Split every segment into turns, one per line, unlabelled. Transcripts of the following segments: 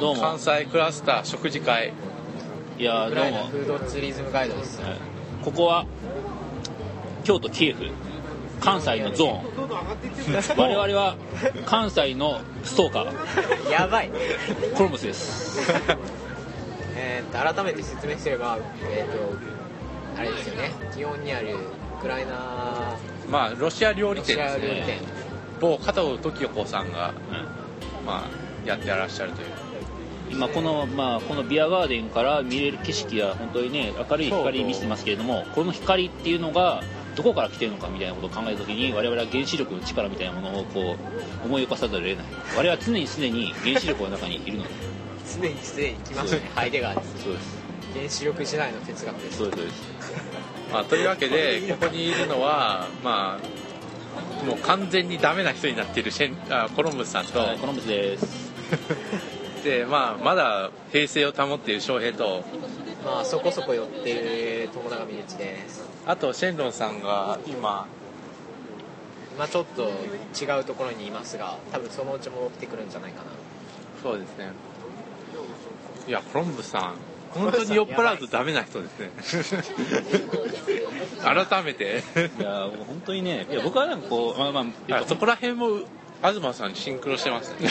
どうも
関西クラスター食事会
いやー
ウク
ど
ラ
う
イナ
も
フードツーリズムガイドです
はいここは京都キエフ関西のゾーン我々は関西のストーカー
やばい
コロンブスです
えー、と改めて説明すればえっ、とあれですよね祇園にあるウクライナ
まあロシア料理
ロシ
店で
ア
す
料理
ね
店
某加藤時子さんが、まあ、やってらっしゃるという
今この,、まあ、このビアガーデンから見れる景色は本当にね明るい光見せてますけれどもこの光っていうのがどこから来てるのかみたいなことを考えた時に我々は原子力の力みたいなものをこう思い起こさざるを得ない我々は常に常に原子力の中にいるので
常に常に来ま したねハイデガーです
そうです
原子力時代の哲学です
そうですそうです
まあ、というわけ でここにいるのはまあもう完全にダメな人になっているシェンあコロンブスさんと、
はいコロンブスです
でまあ、まだ平静を保っている翔平と
まあそこそこ寄ってる友永美一です
あとシェンロンさんが今
まあちょっと違うところにいますが多分そのうち戻ってくるんじゃないかな
そうですねいやコロンブスさん本当に酔っ払うとダメな人ですね 改めて
いやもう本当にねいや僕はなんかこうまあまあ、
あそこら辺も東さんにシンクロしてますね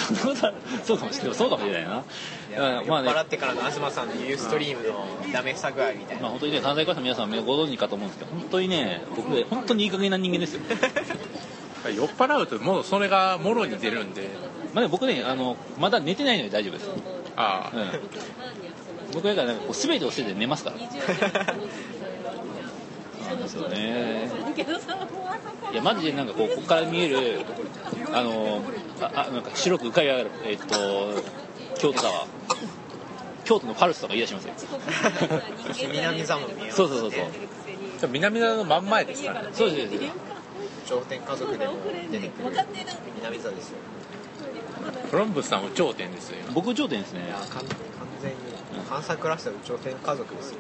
そうかもしれないそうかもしれないなまあまあね
酔っ払ってからの東さんのユーストリームのダメさ具合みたい
ま
な
あ本当にね関西クラスの皆さんはご存知かと思うんですけど本当にね僕ね本当にいい加減な人間ですよ
酔っ払うともうそれがもろに出るんで
まあね僕ねあのまだ寝てないので大丈夫です、うん、
ああ
僕だからなんかこう全てを捨てて寝ますからそうですよねいやマジでなんかこうここから見えるあのああなんか白く浮かび上がるえっと京都タワー京都のパルスとか言い出しますよ
南座も見えます
そうそうそうそう
じゃあ南田の真ん前ですからね
そうですそうです
頂点家族でも出てくる南座ですよ
コロンブスさんも頂点ですよ
僕頂点ですね
いや完完全に関西クラスターの頂点家族ですよ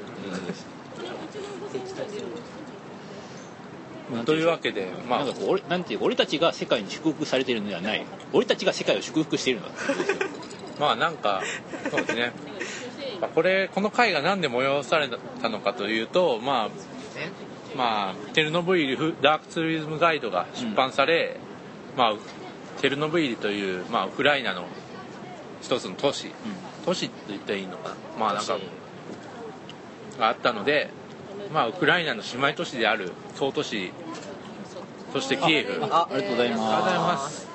なんて
と
い
いううわけでま
な
あ
んかこう俺なんていうか俺たちが世界に祝福されているのではない俺たちが世界を祝福しているのだ
まあなんかそうです ねまあこれこの回が何で催されたのかというとま
ね
あまあテルノブイリフダークツーリズムガイドが出版され、まあテルノブイリという、まあ、ウクライナの一つの都市、都市って言ったらいいのかなまあなんかがあったので、まあ、ウクライナの姉妹都市である総都市そしてキエフあ
ありがとうござい
りがとうござい
ま
ます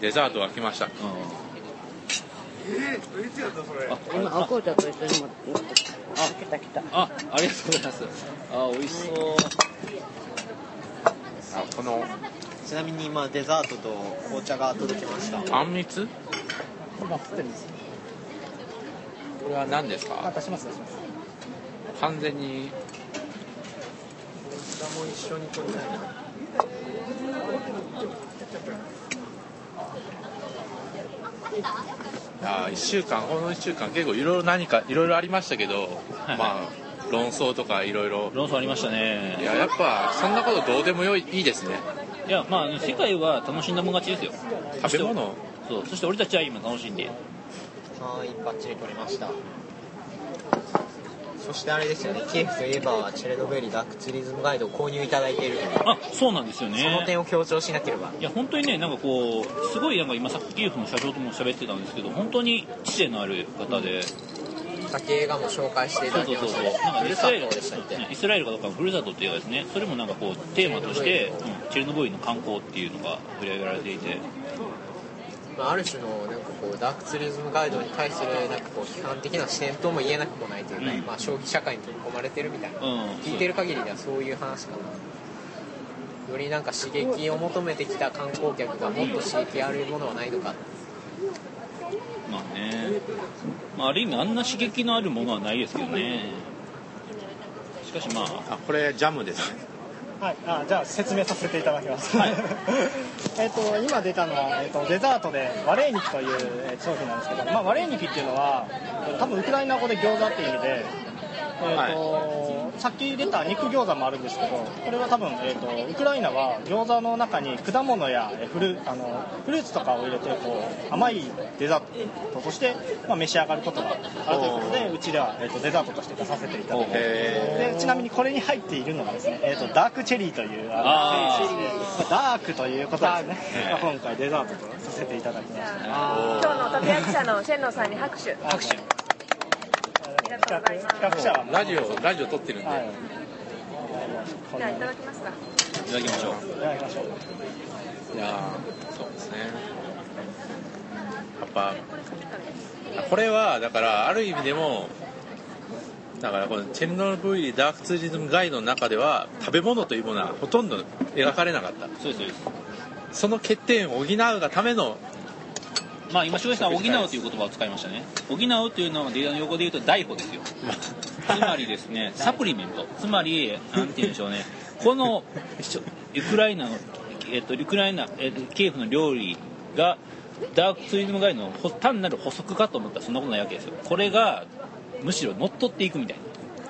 デザートが来ました
すうん
今、アコーダと一緒に持ってきた。来た来た。
あありがとうございますあ美味しそう
あこの
ちなみに今デザートと紅茶が届きました
あんみつこれは何ですか
出します出します
完全に
も一緒に取りたいな
あ1週間この1週間結構いろいろ何かいろいろありましたけど
はい
まあ論争とかいろいろ
論争ありました
い
ね
ややっぱそんなことどうでもよいいいですね
いやまあ世界は楽しんだもん勝ちですよ
食べ物
そうそして俺たちは今楽しんで
はいバッチリ取れましたそしてあれですよねキエフといえばチェレノブイリダークツーリズムガイドを購入いただいているという
あそうなんですよね
その点を強調しなければ
いや本当にねなんかこうすごいなんか今さっきキエフの社長とも喋ってたんですけど本当に知性のある方で
先映画も紹介していた
そう
だ
そ
き
うそ
ま
う
し
そうな
たね
んか
ふ
イ
る
ス
さ
ラエル
とでしたっけ
イスラエルがどっかのふるさとっていう映画ですねそれもなんかこうテーマとして、うんチェルノブイリの観光っていうのが取り上げられていて
まあ、ある種のなんかこうダークツーリズムガイドに対するなんかこう批判的な視点とも言えなくもないというか、
うん
まあ、消費社会に取り込まれてるみたいな、
うん
聞いてる限りではそういう話かなよりなんか刺激を求めてきた観光客がもっと刺激あるものはないのか
まあね、まあ、ある意味あんな刺激のあるものはないですけどねしかしまあ
あこれジャムですね
はいあじゃあ説明させていただきます、 えっと今出たのは、えっとデザートでワレーニキというえー商品なんですけど、まあ、ワレーニキっていうのはえー多分ウクライナ語で餃子っていう意味で、えっとさっき出た肉餃子もあるんですけどこれは多分、えー、とウクライナは餃子の中に果物やえーフルあのフルーツとかを入れてこう甘いデザートとして、まあ、召し上がることがあるということでうちでは、えー、とデザートとして出させていただいてでちなみにこれに入っているのがですね、えー、とダークチェリーという
あー
のチェリーまあダークということですね、 まあ今回デザートとさせていただきました
今日の立役者のシェンロンさんに拍手。
拍手
りがとうございます
企画者は
ラジオラジオ撮ってるんで、
はい
じゃあいただきますか。
いただきましょう
いただきましょう
い、やーそうですねやっぱこれはだからある意味でもだからこのチェルノブイリダークツーリズムガイドの中では食べ物というものはほとんど描かれなかった
そうですそうです
その欠点を補うがための
まあ今翔平さん補うという言葉を使いましたね補うというのはデータの横で言うと代補ですよつまりです ねサプリメントつまりなんて言うんでしょうねこのしょウクライナのえっとウクライナ、えっと、キエフの料理がダークツーリズムガイドのほ単なる補足かと思ったらそんなことないわけですよこれがむしろ乗っ取っていくみたい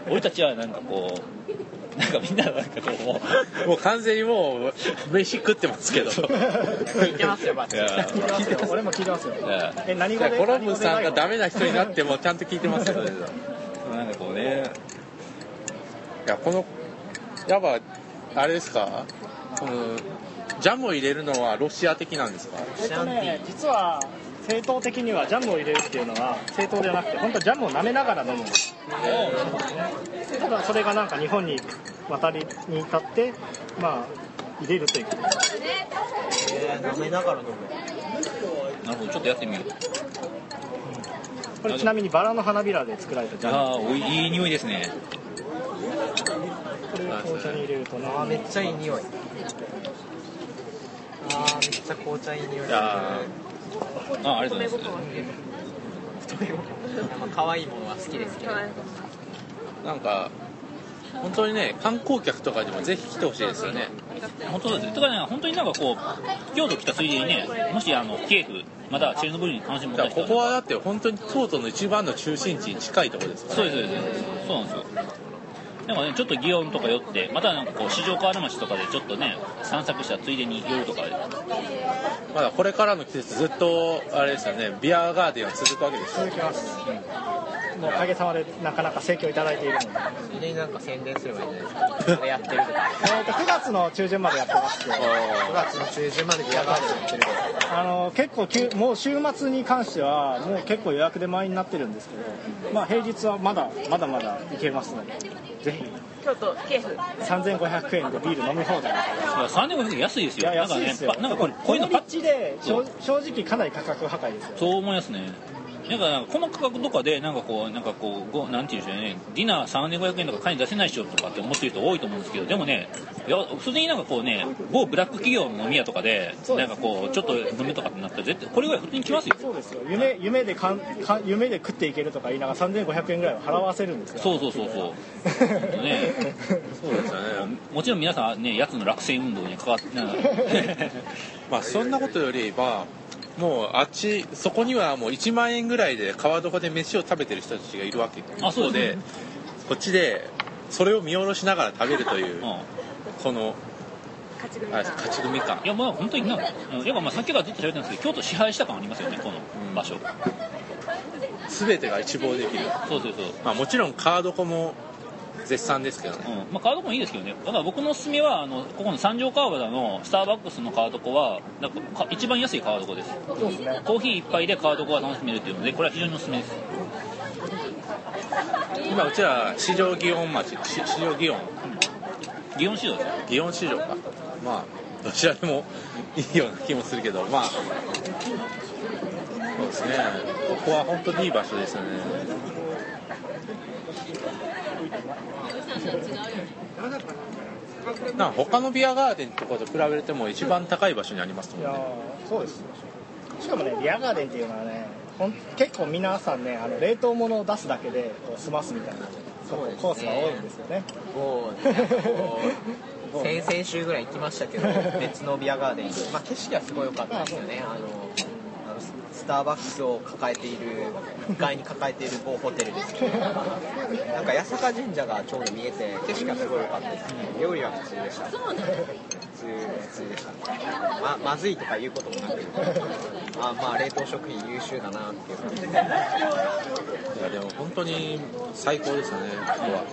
な俺たちはなんかこうなんかみんななんかこうもう
もう完全にもう飯食ってますけど
聞いてますよバッチリ
いや
聞いてますよ俺も聞いてますよ
え
え何語で
コロンブスさんがダ
メ
メな人になってもちゃんと聞いてますよね
えなんかこうね
いやこのやっぱあれですかこのジャムを入れるのはロシア的なんですか
えっとね実は正統的にはジャムを入れるっていうのは正統じゃなくて本当はジャムを舐めながら飲むんですただそれがなんか日本に渡りに至ってまあ入れるという
えー、舐めながら飲む
なるほどちょっとやってみよう
これちなみにバラの花びらで作られたジャム
ああおいいい匂いですね
これを紅茶に入れるとね
あーめっちゃいい匂いあーめっちゃ紅茶いい匂い
いや
ああありがとうございます
まあ可愛いものは好きですけど
ーなんか本当にね観光客とかにもぜひ来てほしいですよね
本当だね。とかね、本当になんかこう、京都来たついでにね、もしあの、キエフ、またチェルノブイリに関心持っ
だ
た
から
人
ここはだって本当に京都の一番の中心地に近いところですから
そうです、そうです。そうなんですよ。でもね、ちょっと祇園とか寄って、またなんかこう、市場河原町とかでちょっとね、散策したついでに夜とかで。
まだこれからの季節ずっとあれですよねビアガーデンは続くわけですよ
続きますもうおかげさまでなかなか盛況いただいているので
それになんか宣伝すればいいんじゃないですかそれやってるとか
えーと9月の中旬までやってますけど
9月の中旬までビアガーデンやってるから
あの結構きゅもう週末に関してはもう結構予約で満員になってるんですけど、まあ、平日はまだまだまだ行けますのでぜひ
京都キエフ。
3500円でビール飲み放題
3500円安いです
い
よ。な
や
んか
安い
ね
ですよ、
パなんかこれ、こういうのパ
立
ッ
地で
そ
正
う
正直かなり価格破壊ですよ
そう思いますね。なんかなんかこの価格とかでなんかこうなんかこうごなんていうんでしょうねディナー3500円とか金出せないっしょとかって思ってる人多いと思うんですけどでもねいや普通になんかこうね某ブラック企業の飲み屋とかでなんかこうちょっと飲むとかってなったら絶対これぐらい普通に来ますよ
そうですよ夢夢でかんか夢で食っていけるとか言いながら3500円ぐらいは払わせるんですよ
そうそうそうそうね
そうですよね
もちろん皆さんねやつの落選運動に関わって なんか
まあそんなことよりまあもうあっちそこにはもう1万円ぐらいで川床で飯を食べてる人たちがいるわけ
あそうです
で
ね
こっちでそれを見下ろしながら食べるという
うん
この
勝ち組
あ
が。
勝ち組感
いやまあ本当になんかうんやっぱまあさっきからずっと喋ってますけど京都支配した感ありますよねこの場所、
全てが一望できる、
そうそうそう
まあ、もちろん川床も絶賛ですけどね
うんまあ、カードコもいいですけどねだから僕のおすすめはあのここの三条川端のスターバックスのカードコはなんかか一番安いカードコです
そうですね
コーヒー一杯でカードコが楽しめるっていうのでこれは非常におすすめです
今うちら市場祇園町し市場祇園
祇園市場ですよ
祇園市場かまあどちらでもいいような気もするけどまあそうですねここは本当にいい場所ですよねなんか他のビアガーデンとかと比べても一番高い場所にあります
い
もん
や
ね
ーそうですよしかもねビアガーデンっていうのはねほん結構皆さんねあの冷凍物を出すだけでこう済ますみたいなそうコースが多いんですよね
もうなんかこう先々週ぐらい行きましたけど別のビアガーデンにまあ景色はすごい良かったですよねあのあのススターバックスを抱えている1階に抱えている某ホテルですけどなんか八坂神社がちょうど見えて景色がすごい良かったです料理は普通でした普通普通でした、ま、まずいとか言うこともなくあまあ冷凍食品優秀だなっていう感じで
いやでも本当に最高でしたねここは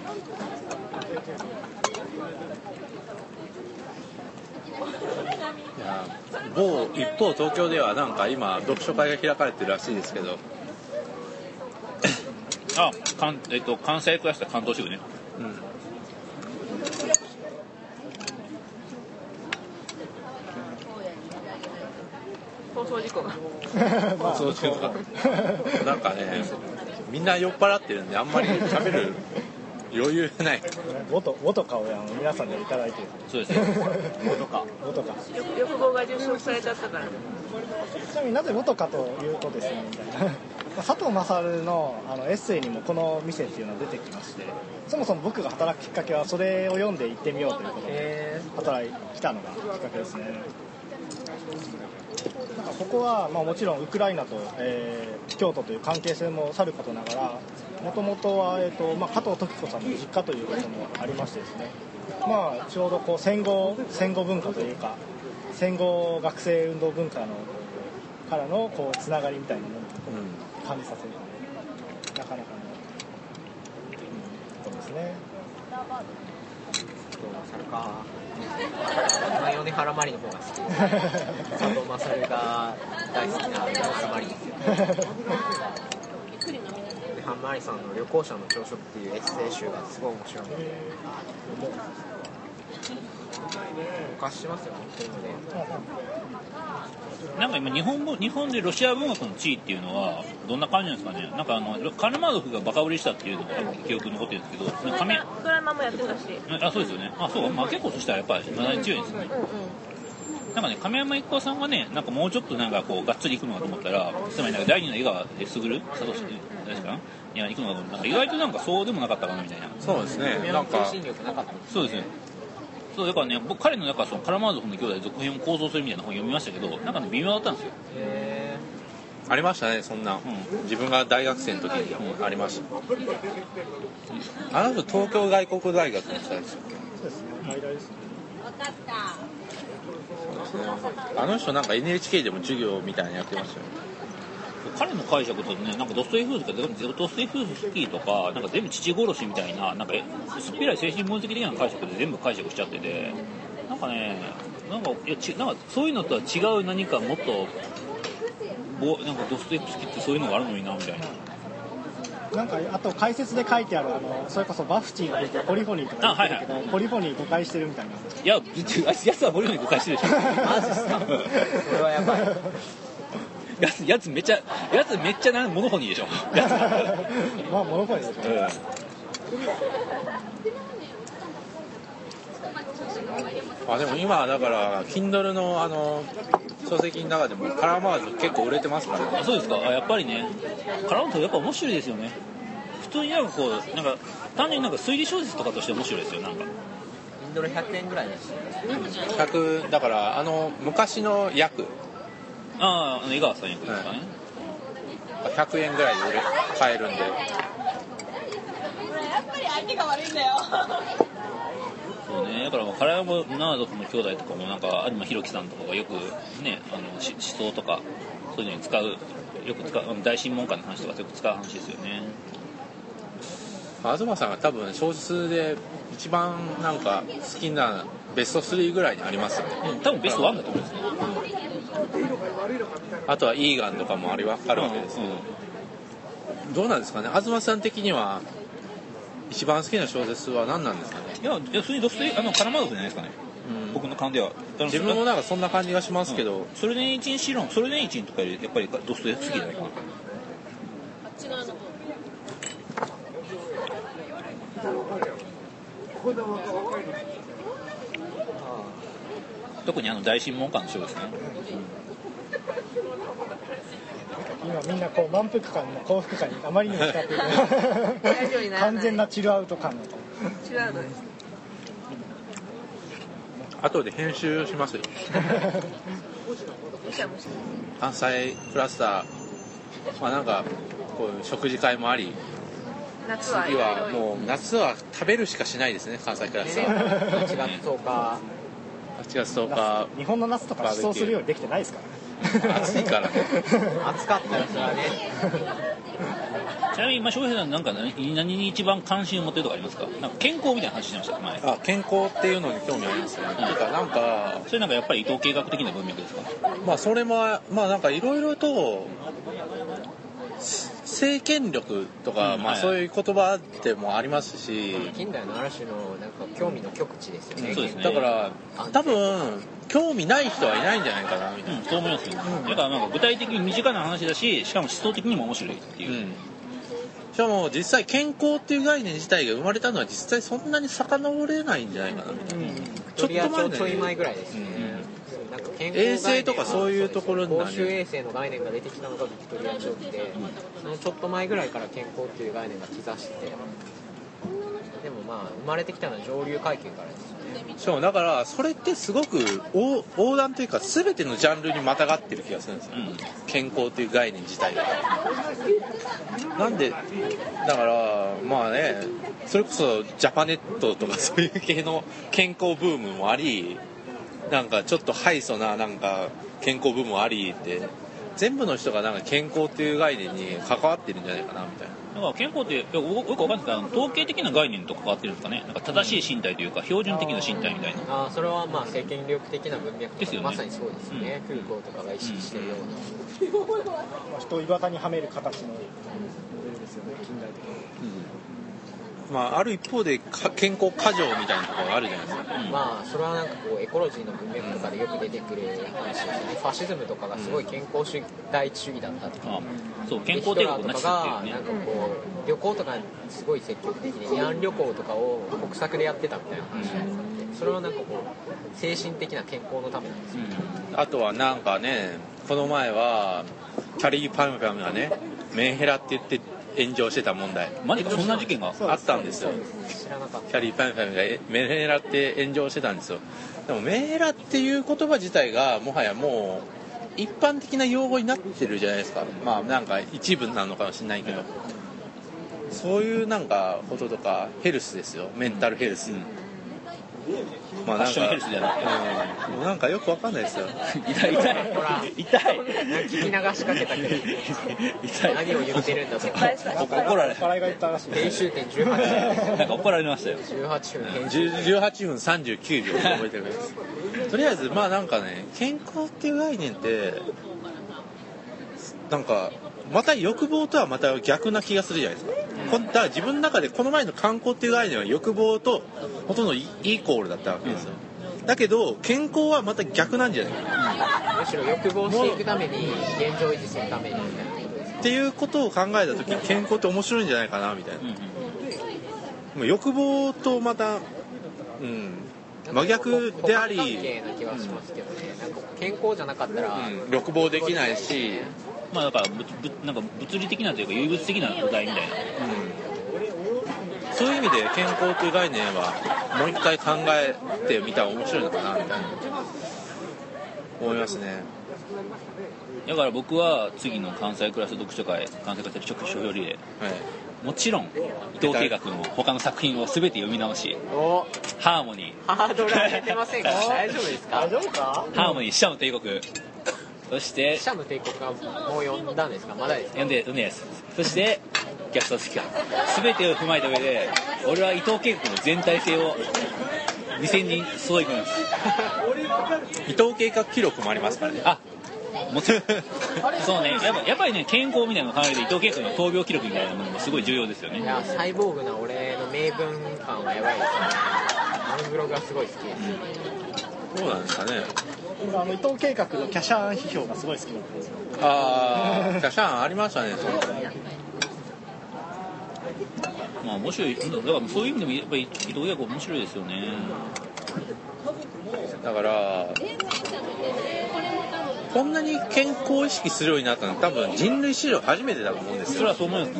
うんいや某一方東京ではなんか今読書会が開かれてるらしいですけど
あかん、えっと、関西クラスター関東支部ね
うん
放送事故が
まあ
そうそうなんかねみんな酔っ払ってるんであんまり喋る余裕ない
ごとごとかをやん皆さんでいただいてる
そうですね
ごとかごとか
欲欲望が重症されちゃったから
ちなみになぜごとかというとですね みたいなまあ佐藤勝のあのエッセイにもこの店っていうのが出てきましてそもそも僕が働くきっかけはそれを読んで行ってみようということで
え
働い来たのがきっかけですねなんかここは、まあ、もちろんウクライナと、えー京都という関係性もさることながらもともとは、えーとまあ、加藤時子さんの実家ということもありましてですね、まあ、ちょうどこう戦後戦後文化というか戦後学生運動文化のからのこうつながりみたいなものを感じさせるのでなかなかのところですね。
ー、どうなさるかまあ米原まりの方が好き佐藤勝が大好きな米原まりですよでハンマリさんの「旅行者の朝食」っていうエッセイ集がすごい面白いのでお貸ししますよ本当にね
なんか今日本語日本でロシア文学の地位っていうのはどんな感じなんですかねなんかあのカルマーゾフがバカ売りしたっていうのが記憶に残ってるんですけどそ
ド
の
ラ
紙
マドラマもやってたし
あそうですよねあそうか、まあ、結構そしたらやっぱりまだに強いんですねなんかね亀山一行さんがねなんかもうちょっとなんかこうがっつり行くのかと思ったらつまりなんか第二の江川で卓聡ですかいや行くのかと思ったなんか意外となんかそうでもなかったかなみたいな
そうですねなん
求
か
心力なかったです
そうですねそうだからね僕彼の中そのカラマーゾフの兄弟続編を構造するみたいな本読みましたけどなんかね微妙だったんですよ
へ
ありましたねそんな、
う
自分が大学生の時にありました、あの人東京外国大学にしたんですよ
そうですね。外来ですね。
あの人なんか NHK でも授業みたいなのやってましたよ
彼の解釈だとねなんかドストエフスキーとかドストエフスキーとかなんか全部父殺しみたいななんか薄っぺらい精神分析的な解釈で全部解釈しちゃっててなんかねなんかいやちなんかそういうのとは違う何かもっとぼなんかドストエフスキーってそういうのがあるのになみたいな
なんかあと解説で書いてあるあのそれこそバフチンが出てポリフォニーとか言ってるけど、
あ
ポリフォニー誤解してるみたいな。
いやあいつやつはボリュームに誤解してるでしょ
マジっすか それはやばい
やつやつめっちゃやつめっちゃなモノホニーでしょや
まあモノポリです
つ
ね。
あでも今はだから Kindle のあの書籍の中でもカラーマーズ結構売れてますからね
あそうですかあやっぱりねカラオケやっぱ面白いですよね普通になんかこうなんか単純になんか推理小説とかとして面白いですよなんか
インドル100円ぐらいだし
100だからあの昔の約
ああ江川さん役ですかね、
100円ぐらいで売れ買えるんで
そうねだからまあカラヤマナードの兄弟とかもなんか有馬弘樹さんとかがよくねあのし思想とかそういうのに使うよく使うあの大神門下の話とかよく使う話ですよね
東さんが多分小説で一番なんか好きなベスト3ぐらいにありますよね
うん多分ベストワンだと思うんですね
あとはイーガンとかもありわあるわけですけど、どうなんですかね東さん的には一番好きな小説は何なんですかね、
いやいや普通にドストエあのカラマードじゃないですかね、僕の勘ではあの
自分もなんかそんな感じがしますけど、
ソルネイチン・シロンソルネイチンとかよりやっぱりドストエフスキーじゃないかな特にあの大神門下の章ですね
今みんなこう満腹感の幸福感にあまりにも浸って い
大丈夫に
て
ならない
完全なチルアウト感の。
チルアウトです
後で編集しますよ
むしゃむしゃ
関西クラスターまあなんかこういう食事会もあり
夏は
次
い
は
ろいろ
もう夏は食べるしかしないですね関西クラスは
8月10日
8月10日
日本の夏とか思想するようにできてないですから
暑いからね
暑かったですからね
ちなみに今翔平さんなんか何何に一番関心を持ってるとかありますかなんか健康みたいな話してました前
あ健康っていうのに興味ありますね、ていうかなんか
それなんかやっぱり伊藤計画的な文脈ですか
まあそれもまあなんかいろいろとし政権力とか、
うん
まあ
はい
そういう言葉でもありますし、
近代の嵐のなんか興味の極致ですよね、
うんそうですね
だから多分興味ない人はいないんじゃないかなみた
う
い
んそう思いますよねだからなんか具体的に身近な話だししかも思想的にも面白いって
な、う、
いうん
しかも実際健康っていう概念自体が生まれたのは実際そんなに遡れないんじゃないかなみたいな、ちょっ
とりあえ
と前
ず
で
ちょい前ぐらいです
う
ね、
ん
なんか健
衛星とかそういうところになる
公衆衛星の概念が出てきたのがビクトリア朝期で、そのちょっと前ぐらいから健康っていう概念が兆しててでもまあ生まれてきたのは上流階級からですよね
しかもだからそれってすごく横横断というか全てのジャンルにまたがってる気がするんですよ、
うん
健康という概念自体がなんでだからまあねそれこそジャパネットとかそういう系の健康ブームもありなんかちょっと敗訴ななんか健康ブームもありって全部の人がなんか健康っていう概念に関わってるんじゃないかなみたいな
だから健康ってよくよく分かんないですけど統計的な概念と関わってるんですかねなんか正しい身体というか標準的な身体みたいな
あーそれはまあ政権力的な文脈
です
とか、
よね
まさにそうですね、空港とかが意識してるような、
まあ人を岩田にはめる形のモデルですよね近代的に
まあある一方でか健康過剰みたいなところがあるじゃないですか
まあそれはなんかこうエコロジーの文脈とかでよく出てくる話ですよねファシズムとかがすごい健康主義第一主義だったとか、
あそう健康帝国
ヒ
ナ
トラーと
チスっ
かが
ていうね
なんかこう旅行とかにすごい積極的で慰安旅行とかを国策でやってたみたいな話があってそれはなんかこう精神的な健康のためなんですよ
あとはなんかねこの前はキャリーパムパムがねメンヘラって言って炎上してた問題
マジかそんな事件が
あったんですよ
知らなかっ
キャリーパムパムがえメンヘラって炎上してたんですよでもメンヘラっていう言葉自体がもはやもう一般的な用語になってるじゃないですかまあなんか一部なのかもしれないけどそういうなんかこととかヘルスですよメンタルヘルス、まあ
ファッションヘルスじゃな
うんなんかよくわかんないですよ
痛い痛い
ほら
痛い
た聞き流しかけたけど
痛い
何を言ってるんだと
失敗した
お怒られ
笑いが言ったらしい
編集点18
なんか怒られましたよ
分18分編集
18分39秒覚えてるすとりあえずまあなんかね健康っていう概念ってなんかまた欲望とはまた逆な気がするじゃないですかこんだから自分の中でこの前の観光っていう概念は欲望とほとんどイイコールだったわけですよ、だけど健康はまた逆なんじゃないか
むしろ欲望していくために現状維持するためにみたいなことです
っていうことを考えた時に健康って面白いんじゃないかなみたいな
うんうん
もう欲望とまたうん真逆であり
互角関係な気はしますけどねなんか健康じゃなかったら
うん欲望できないし
まあだからぶぶなんか物理的なというか唯物的な土台みたいな
そういう意味で健康という概念はもう一回考えてみたら面白いのかなみたいな思いますね
だから僕は次の関西クラス読書会関西クラス読書よりで
はい
もちろん伊藤計画の他の作品を全て読み直し
お
ハーモニー
ハードル上げてませんか大丈夫ですか
大丈夫か
ハーモニーシャム帝国そして
死者の帝国はもう読んだんですかまだですか
読んで読んでないですそしてキャストスキャン全てを踏まえた上で俺は伊藤計画の全体性を2000人そういくんです
伊藤計画記録もありますからね
あもちろんそうねやっぱやっぱりね健康みたいなのを考えて伊藤計画の闘病記録みたいなものもすごい重要ですよね
いやサイボーグな俺の名文感はやばいですねあのブログがすごい好きです
そうなんですかね
僕あの伊藤計画のキャシャーン批評がすごい好きなんですよ
ああキャシャンありましたねその
まあ面白いだからそういう意味でもやっぱり伊藤計画面白いですよね
だからこんなに健康を意識するようになったの多分人類史上初めてだと思うんです
それ
よ
はそう思いま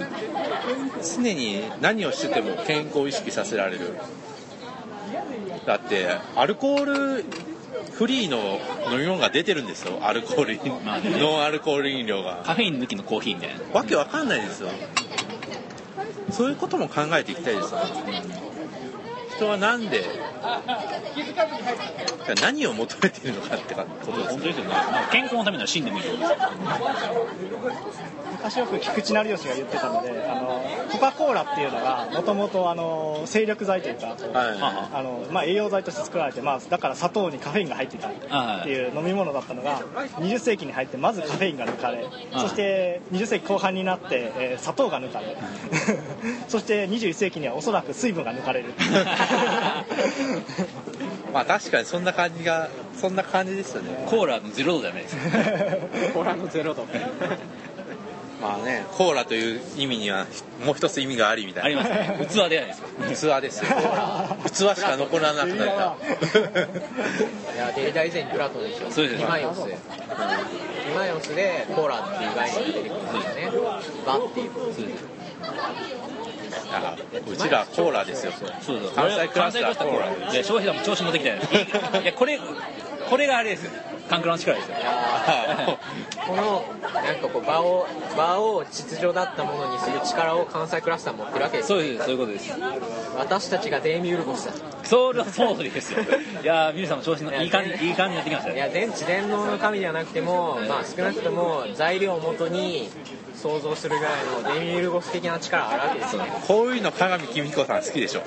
すね
常に何をしてても健康を意識させられるだってアルコールフリーの飲み物が出てるんですよアルコール飲
まあね
ノンアルコール飲料が
カフェイン抜きのコーヒーみたいな
わけわかんないですよそういうことも考えていきたいですよ人はなんで何を求めてるのかってことです
本
ね
当ですよね健康のためなら死んでもいいと思うんですよ
昔よく菊池成吉が言ってたのであのコカ・コーラっていうのがもともと精力剤というか
はい
あのまあ、栄養剤として作られて、まあ、だから砂糖にカフェインが入ってたっていう飲み物だったのが20世紀に入ってまずカフェインが抜かれ
ああ
そして20世紀後半になって、えー砂糖が抜かれ そして21世紀にはおそらく水分が抜かれる
まあ確かにそんな感じがそんな感じでしたね
コーラのゼロ度じゃないですか
コラのゼロ度
まあねコーラという意味にはもう一つ意味がありみた
あり
い
ま
な
すね器ではないですか
器ですよ器しか残らなく なった
いやデリダ以前にプラトンでしょ
そうです
イマイオスイマイオスでコーラっていう概念が出てくるんですよねバっていう
あうちらコーラですよ
そうそう
関西クラスタ
関西
ー
クラスターコーラいや翔平さんも調子乗ってきたじゃないですかいやこれこれがあれですよカンクラの力ですよ
あ
このなんかこう場を場を秩序だったものにする力を関西クラスター持ってるわけです
そうですそういうことです
私たちがデイミウルゴスだ
ソウルはそうですよいやー皆さんも調子のいい感じいい感じになってきました
い
ね
や全知全能の神ではなくても、まあ、少なくとも材料をもとに想像するぐらいのデイミウルゴス的な力があるわけですよね
こういうの加賀美公彦さん好きでしょ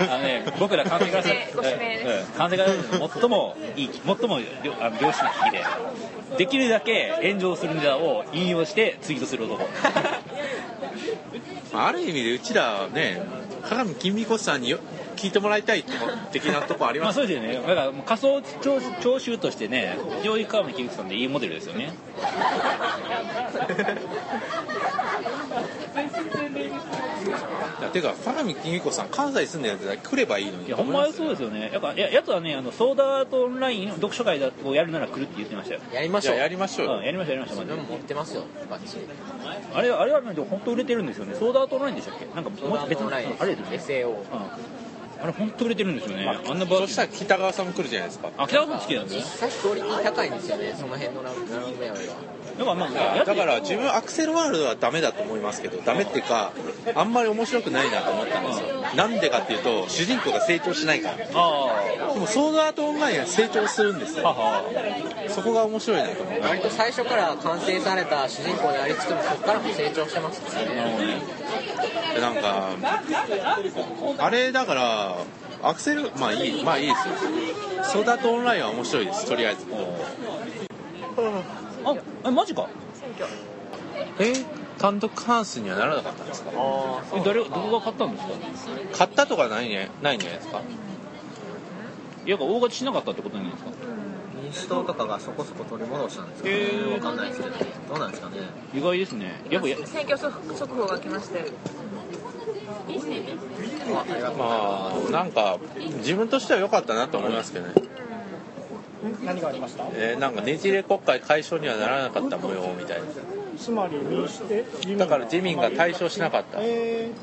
あのね、僕ら関西から
ご指名で
関西からの最もいい最も良あの良心的でできるだけ炎上するネタを引用してツイートする男
ある意味でうちらはね加賀美公彦さんによ聞いてもらいたいと的なとこあり
ま
ま
あ
す
そうですよねだからもう仮想徴徴収としてね非常に川野清さんでいいモデルですよね
いやてか加賀美公彦さん関西住んでるやつだ来ればいいのに
いやほんまそうですよねやっぱいややつはねあのソーダアートオンラインの読書会だをやるなら来るって言ってましたよ
やりま
い
しょ
や
う
やりましょうよ
うん、やりましたやりました
自
マジ
分
で
も持ってますよバッチリ
あれあれはねでも本当売れてるんですよねソーダアートオンラインでしたっけなんかもう別
オ
の
ンライン
あれですよね
SAO
うんあれ本当売れてるんですよね、あんなバー
そしたら北川さんも来るじゃないですか
あ北川さん好きなんですね
実際クオリティ高いんですよねその辺のラブラブメアウェイは
だからまあやつ
だから自分アクセルワールドはダメだと思いますけどダメっていうかあんまり面白くないなと思ったんですよなんでかっていうと主人公が成長しないからで
ああ
もソードアートオンラインは成長するんですよそこが面白いなと思う
割と最初から完成された主人公でありつつもそこからも成長してますからね
でなんかあれだからアクセルまあいいまあいいですよソードアートオンラインは面白いですとりあえず
あえマジか
え単独関数にはならなかったんですか
え誰どこが買ったんですか
買ったとかないねないんじゃないですか
いや大勝ちしなかったってことなんですか
民主党とかがそこそこ取り戻したんですか
へー
ねわかんないですけどどうなんですかね
意外ですねやっぱや
選挙速報が来まして
まあなんか自分としては良かったなと思いますけどね
何がありました
えーなんかねじれ国会解消にはならなかった模様みたいな
つまり民主え自民
だから自民が対象しなかった
えー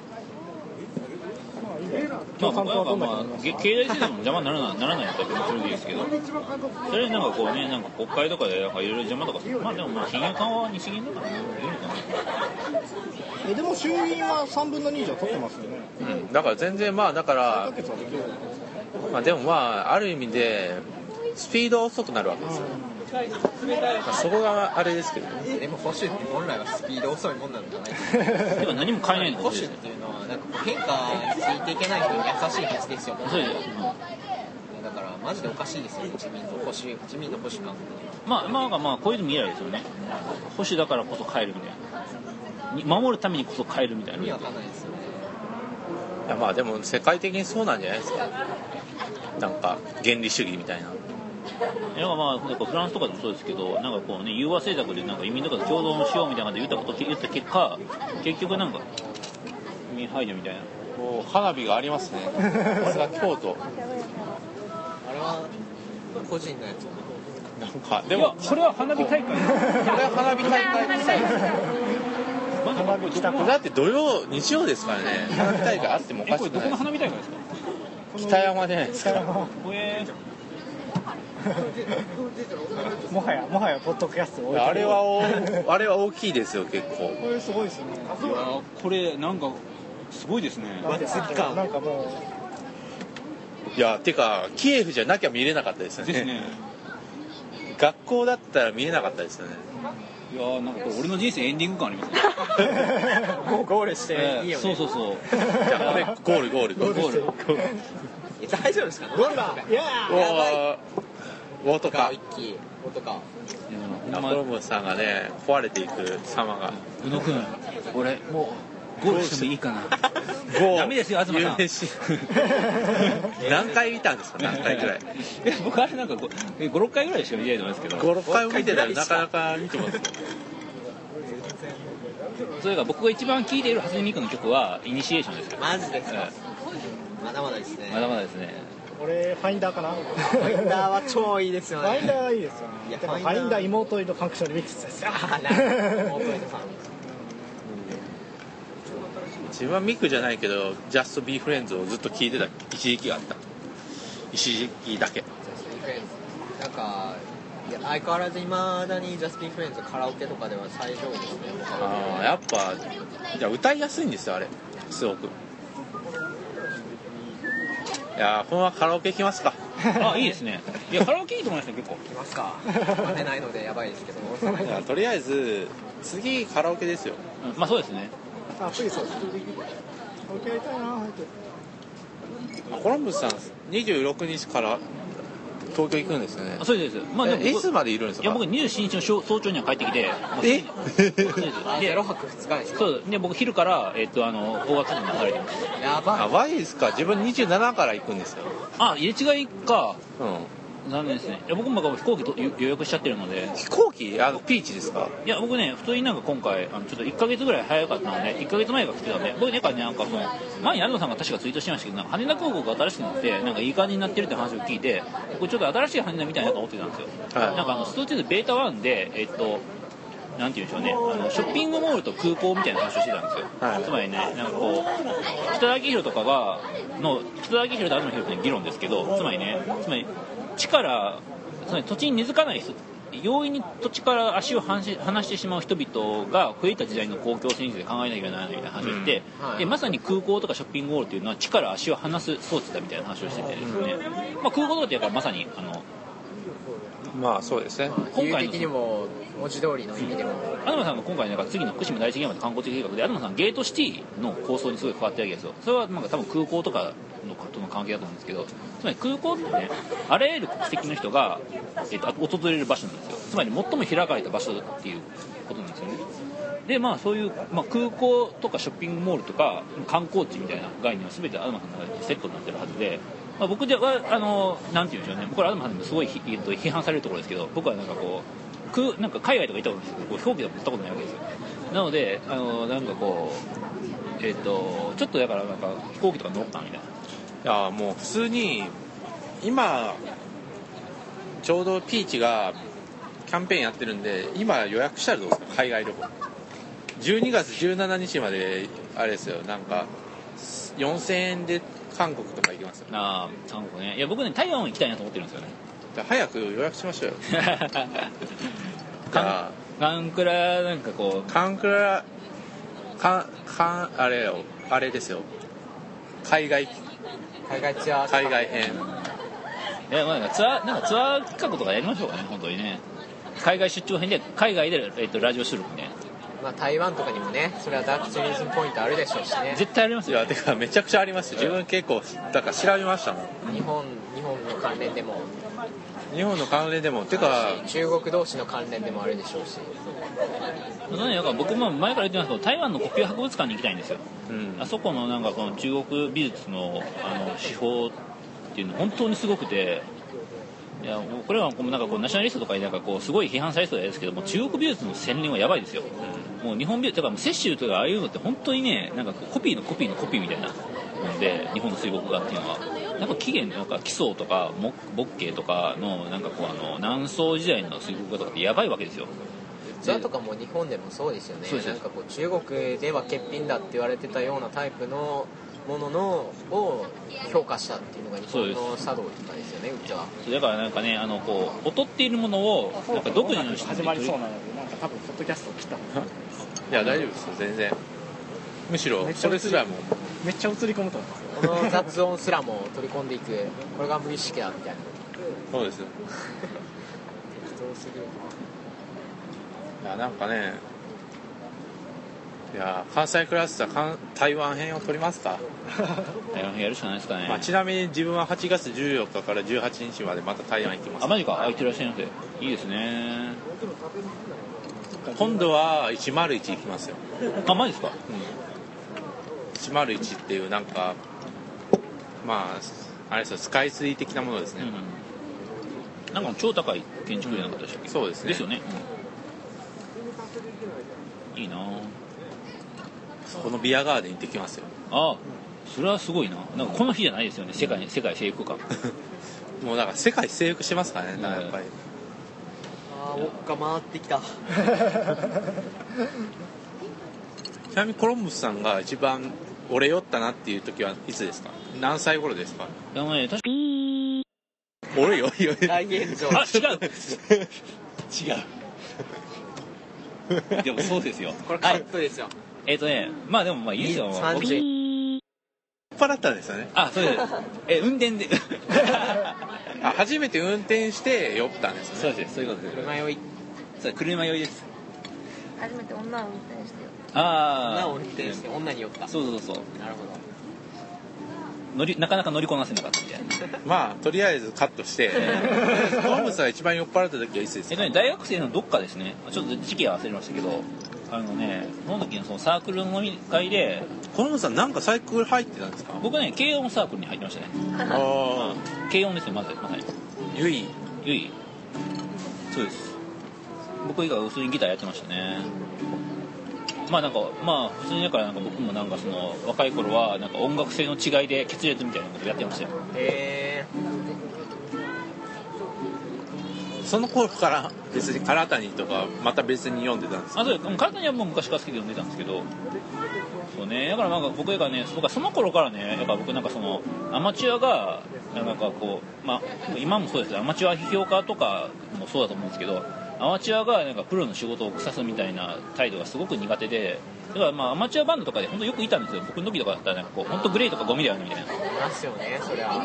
まあいいね
まあ
共
ま
産党は
あ
どんな
まあ、げ経済制度も邪魔にならないならないやったらそれでいいですけど、それなんかこうね、なんか国会とかでなんかいろいろ邪魔とか、まあでもまあ金融緩和は日銀だからね、いいのかな。
えでも衆院は3分の2以上取ってますよね
うんだから全然まあだから
可、決はできる
まあ、でもまあある意味でスピードは遅くなるわけですよ、まあそこがあれですけどね
でも保守って本来はスピード遅いもんなんじゃない
でも何も買えないの
保
かもし
守
れない。
っていうのはなんかこう変化についていけない人に優しいはずですよね
そうですよ
だからマジでおかしいですよね自民の保守自民の保守感
まあまあまあこういうの見えないですよね。保守だからこそ買えるみたいなに。守るためにこそ買えるみたい
意味わ
な。
かんないですよね
いやまあでも世界的にそうなんじゃないですかなんか原理主義みたいな
なんかまあなんかフランスとかでもそうですけど、なんかこうね融和政策でなんか移民とかと共存しようみたいな感じで言ったこと言った結果、結局なんか移民排除みたいな。
お花火があります ねさすが京都
あれは個人のやつ
なんかでも
これは花火大会。
これは花火大会ですよ
花火北区
だって土曜日曜ですからね花火大会あってもお
え
か
こ
し
れど
くな
こ
い
の花火大会ですか
北山じゃないですか
北山
これ
もはやもはやポッドキャスト
あれは おあれは大きいですよ結構
これすごいですね
いやーこれなんかすごいですね
なんかも
いやてかキエフじゃなきゃ見れなかったですよ
です
ね
ね
学校だったら見れなかったですよね
いやーなんかこれ俺の人生エンディング感ありますね
もうゴールしていいよね
そうそうそう
じゃあこれゴールゴールゴール
ゴール
え大丈夫ですか
うゴールだいや
うわーウォート
か
カ
一気音か
ナポロムさんがね壊れていく様が
宇野君俺もうゴールしてもいいかな
ゴー
ダメですよ東さん
有名シーン何回見たんですか何 回くらい
いや僕あれなんか56回ぐらいしか見ないと思いますけど
56回も見てたらなかなか見てますよ
それが僕が一番聴いている初音ミクの曲は「イニシエーション」ですよ
マジですかまだまだですね
まだまだですね
俺ファインダーかなフ
ファインダーは超いいです
フ
よね
ァインダーがいいですよね
いや
でも
ファイ
フ
ンダー
ァインダー妹とファンクションリミックスですよ
あーなるほど大鳥さん
自分はミクじゃないけど「Just Be Friends」をずっと聞いてた一時期があった一時期だけ
なんかいや相変わらずいまだにジャスティン・フレンズカラオケとかでは最上位ですね僕は
ああやっぱいや歌いやすいんですよあれすごくいやーこのままカラオケ行きますか
あいいですねいやカラオケいいと思いました結構
いますか当てないのでやばいですけど
いやとりあえず次カラオケですよ
うんまあそうですね
あプリそうですオーケーやりたいな早く
コロンブスさん26日から東京行くんですよね
あそうですそうですまあでも
えい
僕
つまでいるんです
いや
か
僕27日のしょ早朝には帰ってきてもう
え
そうです
あ
で
0泊2日ですか
そうで僕昼から、えっと、あの大型に流れてます
やば
やばいですか自分27から行くんですよ
あ入れ違いか
うん
残念ですねいや僕もなんか飛行機と予予約しちゃってるので
飛行機あのピーチですか
いや僕ね普通になんか今回あのちょっと1か月ぐらい早かったので1か月前が来てたんで僕ねなんかねなんかその前に安藤さんが確かツイートしてましたけどなんか羽田空港が新しくなってなんかいい感じになってるって話を聞いて僕ちょっと新しい羽田みたいなと思ってたんですよ、
はい
なんかあのストーチーズベータ1でえっとなんて言うんでしょうねあのショッピングモールと空港みたいな話をしてたんですよ、
はい
つまりねなんかこう北田明宏とかがの北田明宏と東博っての議論ですけどつまりねつまり地からつまり土地に根付かない人容易に土地から足を離し離してしまう人々が増えた時代の公共政治で考えなきゃならないみたいな話をして、
うんはい
でまさに空港とかショッピングモールというのは地から足を離す装置だみたいな話をしててですね、まあ、空港とかってやっぱまさにあの
まあそうですね
い理由的にも文字通りの意味でも
東さんが今回なんか次の福島第一原発観光地計画で東さんゲートシティの構想にすごい関わってるわけですよそれはなんか多分空港とかのとの関係だと思うんですけどつまり空港ってねあらゆる国籍の人が、えっと、訪れる場所なんですよつまり最も開かれた場所っていうことなんですよねでまあそういう、まあ、空港とかショッピングモールとか観光地みたいな概念は全て東さんの中でセットになってるはずで、まあ、僕ではあのなんて言うんでしょうねこれ東さんにもすごいひえっと批判されるところですけど僕はなんかこう空なんか海外とか行ったことないですけどこう飛行機とか乗ったことないわけですよなのであのなんかこうえっ、とちょっとだからなんか飛行機とか乗ったみたいない
やもう普通に今ちょうどピーチがキャンペーンやってるんで今予約したらどうですか海外旅行12月17日まであれですよなんか4000円で韓国とか行けますよ
あー韓国ねいや僕ね台湾行きたいなと思ってるんですよね
じゃあ早く予約しましょうよじゃ
カンカンクラなんかこ
あカンクラカンカンあれよあれですよ海外
海外ツアー
海外編
ういやまあなんかツアーなんかツアー企画とかやりましょうかね本当にね海外出張編で海外で、えっとラジオ収録ね
まあ台湾とかにもねそれはダークツーリズムポイントあるでしょうしね
絶対あります
い
よ
やてかめちゃくちゃありますよ自分結構だから調べましたもん
日本日本の関連でも
日本の関連でもてか
中国同士の関連でもあるでしょうし
そのねなんか僕も前から言ってますけど台湾の国有博物館に行きたいんですよ
うん
あそこのなんかこの中国美術のあの手法っていうの本当にすごくていやもうこれはこうなんかこうナショナリストとかになんかこうすごい批判されそうですけども中国美術の洗練はやばいですよ、もう日本美術だからもう雪舟とかああいうのって本当にねなんかこうコピーのコピーのコピーみたいなので日本の水墨画っていうのはなんか起源なんか奇想とか木木景とかのなんかこうあの南宋時代の水墨画とかってやばいわけですよ
ツアーとかも日本でもそうですよね
そうです
なんかこう中国では欠品だって言われてたようなタイプのもののを評価したっていうのが日本の茶道とかですよねうちは
そうだからなんかねあのこう劣っているものをなんか独自の視点
始
で
まりそうなのでなんか多分ポッドキャストを切った方がいい
いや大丈夫ですよ全然むしろそれすらも
めっちゃ映り込むと思います
この雑音すらも取り込んでいくこれが無意識だみたいな
そうです よ
適当すぎる
いやなんかねいや関西クラスター関台湾編を撮りますか、
台湾やるしかないですかね、
まあ、ちなみに自分は8月14日から18日までまた台湾行きます
あマジか空いてらっしゃいませいいですね
今度は101行きますよ、
あマジですか
101っていうなんかまああれですよスカイツリー的なものですね、
うんなんか超高い建築じゃなかったでしたっけ、
そうですね
ですよね、うんいいなぁ
このビアガーデン行ってきますよ
あそれはすごいななんかこの日じゃないですよね世界世界征服感
もうだから世界征服してますからねだからやっぱり、
あーおっか回ってきた
ちなみにコロンブスさんが一番俺酔ったなっていう時はいつですか何歳頃ですか
でもね確か
俺酔い 酔い
大現状
あ違う違うでもそうですよ
これカットですよ
えっ、とねまあでもまあいいですよ
三
僕
十
っ払ったんですよね
あそうですえ運転で
あ初めて運転して酔ったんですね
そうですそういうことです
車酔い
そう車酔いです
初めて女を運転してよ
あ
女
あ
を運転して女に酔った
そうそうそう
なるほど
乗りなかなか乗りこなせなかったみたいな
まあとりあえずカット してコロンブスさんが一番酔っ払った時はいつです
えっ
か
とね、大学生のどっかですねちょっと時期は忘れましたけどあのねその時のそのサークルの飲み会で
コロンブスさんなんかサイクル入ってたんですか
僕ね軽音サークルに入ってましたね
あ
軽音ですねまずまさに
あゆい
ゆいそうです僕以外は普通にギターやってましたねまあなんかまあ普通にだからなんか僕もなんかその若い頃はなんか音楽性の違いで決裂みたいなことやってましたよ
へ
その頃から別に唐谷とかまた別に読んでたんですか
あそうです体にはもう昔から好きで読んでたんですけどそうねだからなんか僕がね僕はその頃からねやっぱ僕なんかそのアマチュアがなんかこうまあ今もそうですけどアマチュア批評家とかもそうだと思うんですけどアマチュアがなんかプロの仕事を腐すみたいな態度がすごく苦手でだからまあアマチュアバンドとかで本当よくいたんですよ僕の時とかだったらなんかこう本当グレーとかゴミだよねみたいな
えいますよねそりゃ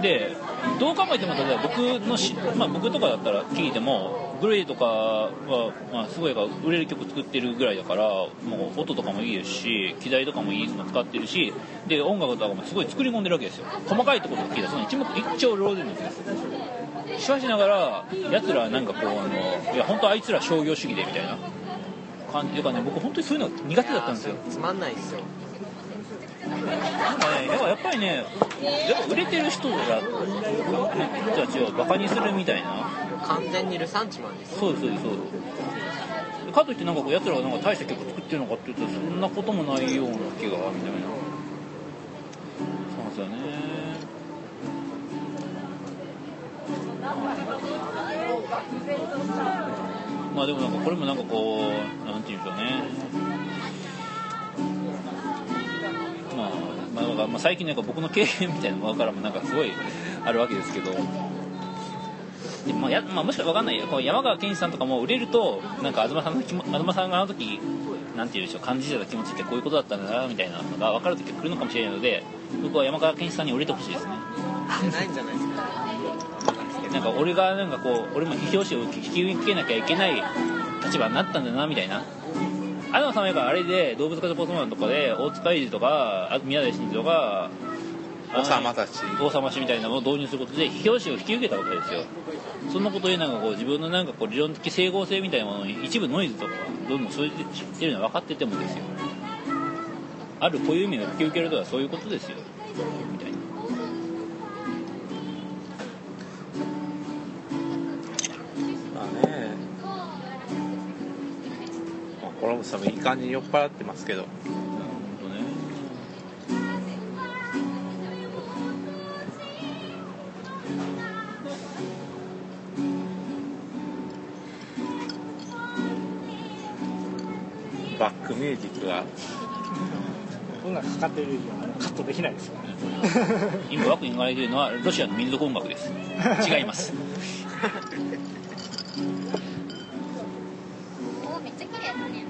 でどう考えても例えば僕のし、まあ、僕とかだったら聞いてもグレイとかは、まあ、すごいが売れる曲作ってるぐらいだからもう音とかもいいですし機材とかもいいの使ってるしで音楽とかもすごい作り込んでるわけですよ細かいところを聞いたらその一目一丁両然なんですよしかしながらやつらはなんかこうあのいや本当あいつら商業主義でみたいな感じとかね僕本当にそういうの苦手だったんですよ
つまんないですよ
なんかね、やっぱやっぱりね、やっぱ売れてる人たちをバカにするみたいな、
完全にルサンチマンです
そうです、そうです、そうです。かといって、なんかこう、やつらがなんか大した曲作ってるのかっていうと、そんなこともないような気が、みたいな。そうなんですよね。まあでもなんかこれもなんかこうなんていうんでしょうねまあ、まあなんか、まあ、最近なんか僕の経験みたいなものからもなんかすごいあるわけですけど。でまあやまあ、もしかわかんないよこう山川健司さんとかも売れるとなんか東さんの気も東さんがあの時なんて言うんでしょう感じてた気持ちってこういうことだったんだなみたいなのが分かる時が来るのかもしれないので僕は山川健司さんに売れてほしいですね
じゃないんじゃないですか
なんか俺がなんかこう俺も批評誌を引き受けなきゃいけない立場になったんだなみたいなアナさんはやっぱあれで動物科学ポストマンとかで大塚英二とかあと宮台真司とかあの
王様たち
王様氏みたいなのを導入することで批評誌を引き受けたわけですよそんなことでなんかこう自分のなんかこう理論的整合性みたいなものに一部ノイズとかがどんどん生じてるのは分かっててもですよあるこういう意味を引き受けるとはそういうことですよみたいな
まあね、まあ、コロンブスさんもいい感じに酔っ払ってますけど
本当ね
バックミュージックが
音楽かかってるようなカットできないですよね
今枠に流れているのはロシアの民族音楽です違います
おめっちゃ綺麗だね。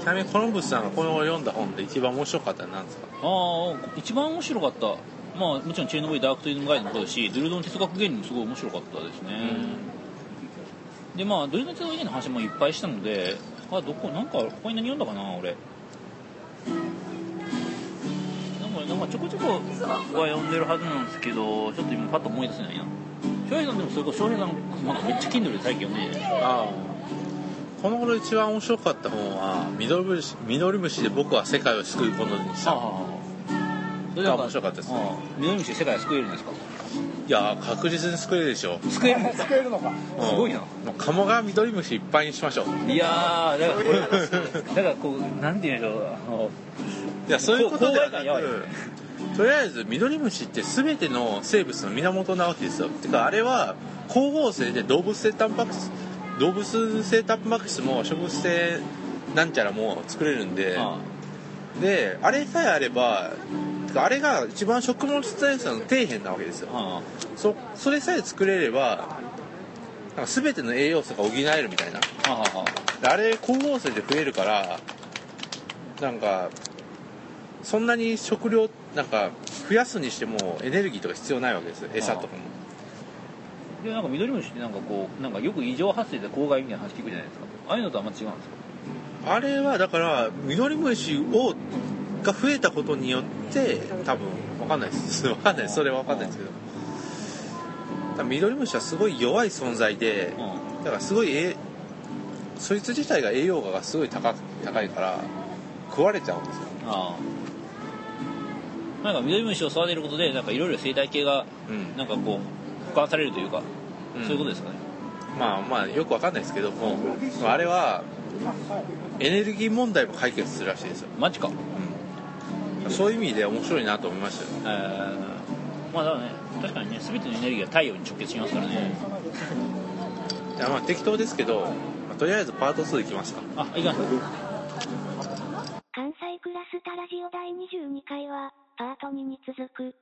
ちなみにコロンブスさんがこの読んだ本で一番面白かったのは何ですか
ああ一番面白かったまあもちろんチェーノブイダークトゥイズムガイドもそうだしドゥルドの哲学原理もすごい面白かったですね、でまあドゥルドの哲学原理の話もいっぱいしたのであどこなんか他に何読んだかな俺なんかなんかちょこちょこは読んでるはずなんですけどちょっと今パッと思い出せないな翔平さんでもそれこそ翔平さんなんかめっちゃ Kindle で最近読んでんじゃない
ああこの頃一番面白かった本は「ミドルムシミドルムシで僕は世界を救うことにした」
それなん
面白かったですね
ああミドルムシで世界を救えるんですか
いやー確実に救えるでしょ
救えるんですか
作れるのか
うん
すごいな
もうカモがミドリムシいっぱいにしましょう
いやーだからこうだからこうなんていうんでしょうあの
いやそういうことではな
こうこうやばい
くとりあえずミドリムシって全ての生物の源なわけですよてかあれは光合成で動物性タンパク質動物性タンパク質も植物性なんちゃらも作れるんで
あ
であれさえあればてかあれが一番食物繊維素の底辺なわけですよ
あ
そそれさえ作れればなんか全ての栄養素が補えるみたいな
あああ
であれ光合成で増えるからなんかそんなに食料なんか増やすにしてもエネルギーとか必要ないわけですよ餌とかも
でなんかミドリムシってなんかこうなんかよく異常発生で公害みたいな話聞くじゃないですかああいうのとあんま違うんですか
あれはだからミドリムシをが増えたことによって多分わかんないです わかんないですそれはわかんないですけど多分ミドリムシはすごい弱い存在で
うん
だからすごいえそいつ自体が栄養価がすごい高く高いから食われちゃうんですよ
ああなんかミドリムシを育てることでなんかいろいろ生態系が
うん
なんかこう保管されるというか、
うん
そういうことですかね
まあまあよくわかんないですけども、あれはエネルギー問題も解決するらしいですよ、
マジか
そういう意味で面白いなと思いましたよ
えーまあだからね確かにね全てのエネルギーが太陽に直結しますからね
いやまあ適当ですけど、まあとりあえずパート2いきますか
あいかん
関西クラスタラジオ第22回は、パート2に続く、